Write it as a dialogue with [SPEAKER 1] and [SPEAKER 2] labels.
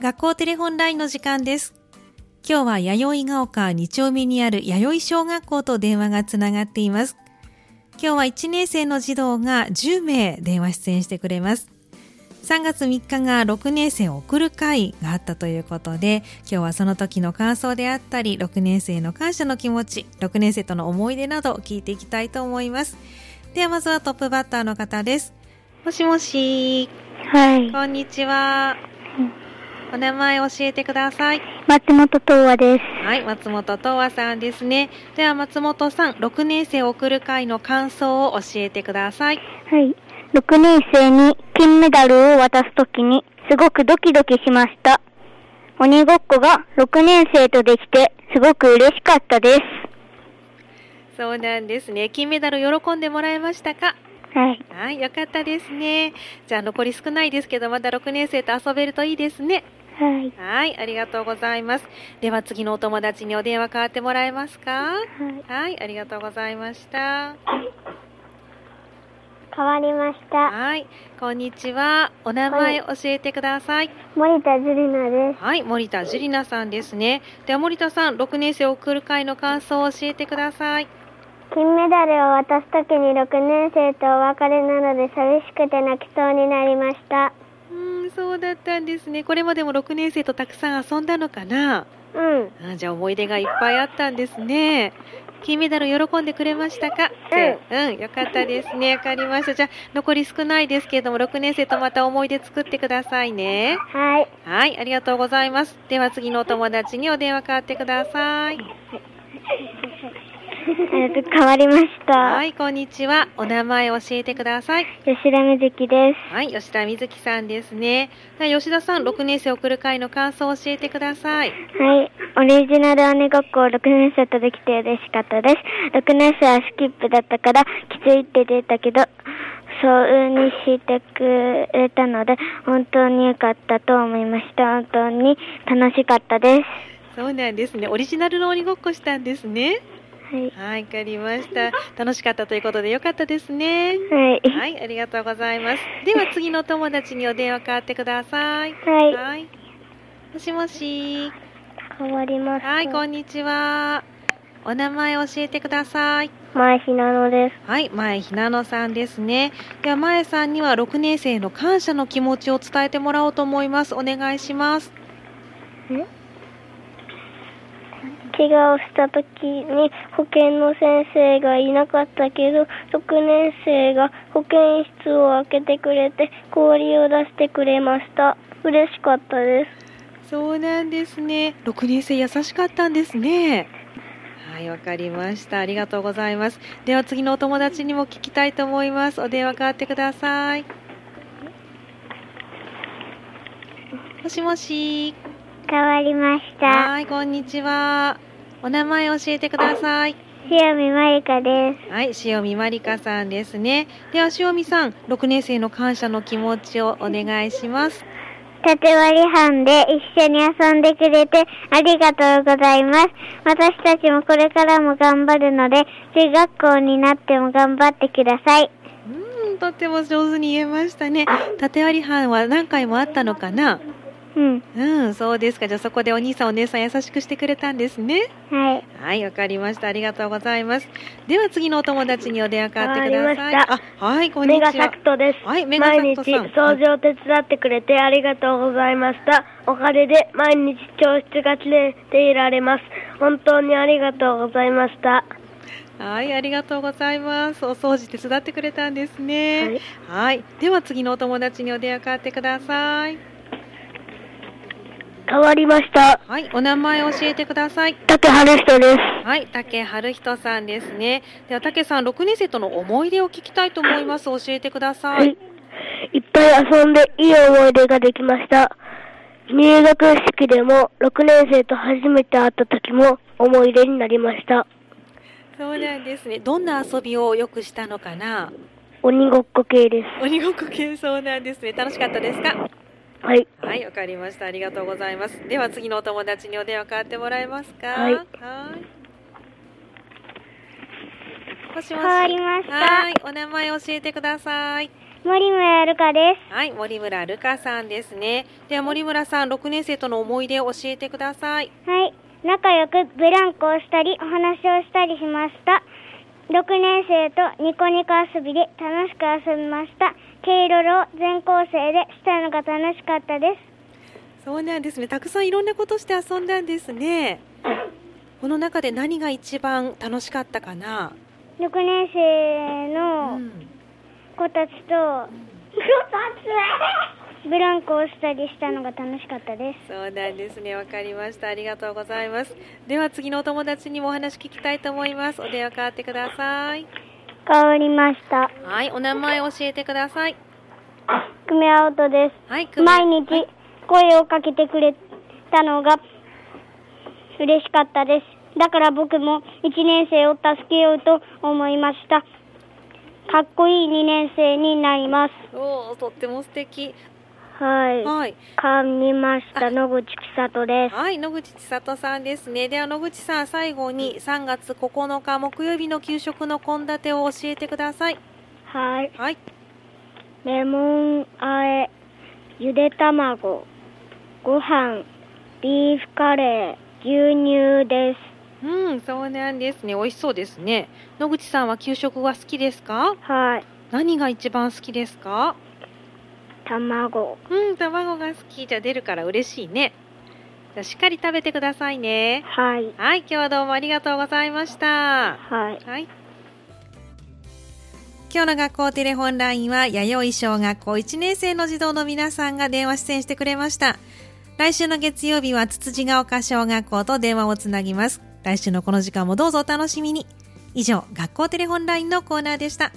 [SPEAKER 1] 学校テレホンラインの時間です。今日は弥生が丘2丁目にある弥生小学校と電話がつながっています。今日は1年生の児童が10名電話出演してくれます。3月3日が6年生を送る会があったということで、今日はその時の感想であったり、6年生の感謝の気持ち、6年生との思い出など聞いていきたいと思います。ではまずはトップバッターの方です。もしもし。
[SPEAKER 2] はい。
[SPEAKER 1] こんにちは。お名前教えてください。
[SPEAKER 2] 松本東和です。
[SPEAKER 1] はい、松本東和さんですね。では松本さん、6年生送る会の感想を教えてください。
[SPEAKER 2] はい。6年生に金メダルを渡すときにすごくドキドキしました。鬼ごっこが6年生とできてすごく嬉しかったです。
[SPEAKER 1] そうなんですね。金メダル喜んでもらえましたか
[SPEAKER 2] はい。
[SPEAKER 1] はい、よかったですね。じゃあ残り少ないですけど、まだ6年生と遊べるといいですね。
[SPEAKER 2] はい。。
[SPEAKER 1] はい、ありがとうございます。では次のお友達にお電話代わってもらえますか。はいはい、ありがとうございました。
[SPEAKER 2] 変わりました。
[SPEAKER 1] はい、こんにちは。お名前教えてください。
[SPEAKER 2] 森田ジュリナです。
[SPEAKER 1] はい、森田ジュリナさんですね。では森田さん、6年生送る会の感想を教えてください。
[SPEAKER 2] 金メダルを渡すときに6年生とお別れなので寂しくて泣きそうになりました。
[SPEAKER 1] うん、そうだったんですね。これまでも6年生とたくさん遊んだのかな。
[SPEAKER 2] うん
[SPEAKER 1] あじゃあ思い出がいっぱいあったんですね。金メダル喜んでくれましたか、、
[SPEAKER 2] うん
[SPEAKER 1] うん、よかったですね。わかりました。じゃあ、残り少ないですけれども、6年生とまた思い出作ってくださいね。
[SPEAKER 2] はい。
[SPEAKER 1] はい、ありがとうございます。では、次のお友達にお電話代わってください。
[SPEAKER 2] えっと、変わりました。
[SPEAKER 1] はい、こんにちは。お名前教えてください。
[SPEAKER 2] 吉田みずきです。
[SPEAKER 1] はい、吉田みずきさんですね。吉田さん、6年生送る会の感想を教えてください。
[SPEAKER 2] はい、オリジナル鬼ごっこを6年生とできて嬉しかったです。6年生はスキップだったから、きついって出たけど、そうにしてくれたので、本当に良かったと思いました。本当に楽しかったです。
[SPEAKER 1] そうなんですね。オリジナルの鬼ごっこしたんですね。
[SPEAKER 2] はい、
[SPEAKER 1] はい、わかりました。楽しかったということで、よかったですね。
[SPEAKER 2] はい、
[SPEAKER 1] はい、ありがとうございます。では、次のお友達にお電話代わってください。
[SPEAKER 2] はい。
[SPEAKER 1] はいもしもし。
[SPEAKER 2] 変わります。
[SPEAKER 1] はい、こんにちは。お名前教えてください。
[SPEAKER 2] 前ひなのです。
[SPEAKER 1] はい、前ひなのさんですね。では、前さんには6年生の感謝の気持ちを伝えてもらおうと思います。お願いします。
[SPEAKER 2] 怪我をした時に保健の先生がいなかったけど6年生が保健室を開けてくれて氷を出してくれました嬉しかったです
[SPEAKER 1] そうなんですね6年生優しかったんですねはいわかりましたありがとうございますでは次のお友達にも聞きたいと思いますお電話代わってくださいもしもし
[SPEAKER 2] 変わりました
[SPEAKER 1] はいこんにちはお名前教えてください。
[SPEAKER 2] 塩見まりかです。
[SPEAKER 1] はい、塩見まりかさんですね。では塩見さん、6年生の感謝の気持ちをお願いします。
[SPEAKER 2] 縦割り班で一緒に遊んでくれてありがとうございます。私たちもこれからも頑張るので、中学校になっても頑張ってください。
[SPEAKER 1] うん、とっても上手に言えましたね。縦割り班は何回もあったのかな、
[SPEAKER 2] うん、うん
[SPEAKER 1] そうですか。じゃあそこでお兄さんお姉さん優しくしてくれたんですね。
[SPEAKER 2] はい。
[SPEAKER 1] はい、わかりました。ありがとうございます。では次のお友達にお電話代わってください。あ、はい、こんにちは。
[SPEAKER 2] メガサクトです。
[SPEAKER 1] はい、メガサクトさん。
[SPEAKER 2] 毎日掃除を手伝ってくれてありがとうございました。おかげで毎日教室がきれいでいられます。本当にありがとうございました。
[SPEAKER 1] はい、ありがとうございます。お掃除手伝ってくれたんですね。はい、はいでは次のお友達にお電話代わってください。
[SPEAKER 2] 変わりました。
[SPEAKER 1] はい、お名前教えてください。
[SPEAKER 2] 竹春人です。
[SPEAKER 1] はい、竹春人さんですね。では竹さん、6年生との思い出を聞きたいと思います。教えてください。はい、
[SPEAKER 2] いっぱい遊んでいい思い出ができました。入学式でも6年生と初めて会った時も思い出になりました。
[SPEAKER 1] そうなんですね。どんな遊びをよくしたのかな。
[SPEAKER 2] 鬼ごっこ系です
[SPEAKER 1] 鬼ごっこ系、そうなんですね。楽しかったですか
[SPEAKER 2] はい。
[SPEAKER 1] はい、わかりました。ありがとうございます。では次のお友達にお電話代わってもらえますか。
[SPEAKER 2] はい。はい
[SPEAKER 1] もしもし。
[SPEAKER 2] 変わりました。
[SPEAKER 1] はい、お名前教えてください。
[SPEAKER 2] 森村るかです。
[SPEAKER 1] はい、森村るかさんですね。では森村さん、6年生との思い出を教えてください。
[SPEAKER 2] はい。仲良くブランコをしたり、お話をしたりしました。6年生とニコニコ遊びで楽しく遊びました。毛色々を全校生でしたのが楽しかったです。
[SPEAKER 1] そうなんですね。たくさんいろんなことして遊んだんです ね。この中で何が一番楽しかったかな。
[SPEAKER 2] 6年生
[SPEAKER 1] う
[SPEAKER 2] の
[SPEAKER 1] ん
[SPEAKER 2] 子たちと、ブランコをしたりしたのが楽しかったです。
[SPEAKER 1] そうなんですね。わかりました。ありがとうございます。では次のお友達にもお話聞きたいと思います。お電話変わってください。
[SPEAKER 2] 変わりました。
[SPEAKER 1] はい、お名前教えてください。
[SPEAKER 2] 組み合うとです。
[SPEAKER 1] はい、くみ
[SPEAKER 2] 毎日声をかけてくれたのが嬉しかったです。だから僕も1年生を助けようと思いました。かっこいい2年生になります。
[SPEAKER 1] おお、とっても素敵。
[SPEAKER 2] は
[SPEAKER 1] はい。
[SPEAKER 2] い。かみました野口千里で。
[SPEAKER 1] はい、野口千里さんですね。では野口さん、最後に3月9日木曜日の給食の献立を教えてください。
[SPEAKER 2] はい。
[SPEAKER 1] はい、
[SPEAKER 2] レモンあえ、ゆで卵、ご飯、ビーフカレー、牛乳です。
[SPEAKER 1] うん、そうなんですね。美味しそうですね。野口さんは給食は好きですか？
[SPEAKER 2] はい。
[SPEAKER 1] 何が一番好きですか？
[SPEAKER 2] 卵。
[SPEAKER 1] うん、卵が好きじゃあ出るから嬉しいね。じゃあしっかり食べてくださいね。
[SPEAKER 2] はい。
[SPEAKER 1] はい、今日はどうもありがとうございました。
[SPEAKER 2] はい。
[SPEAKER 1] はい。今日の学校テレホンラインは、弥生小学校1年生の児童の皆さんが電話出演してくれました。来週の月曜日は、つつじが丘小学校と電話をつなぎます。来週のこの時間もどうぞお楽しみに。以上、学校テレホンラインのコーナーでした。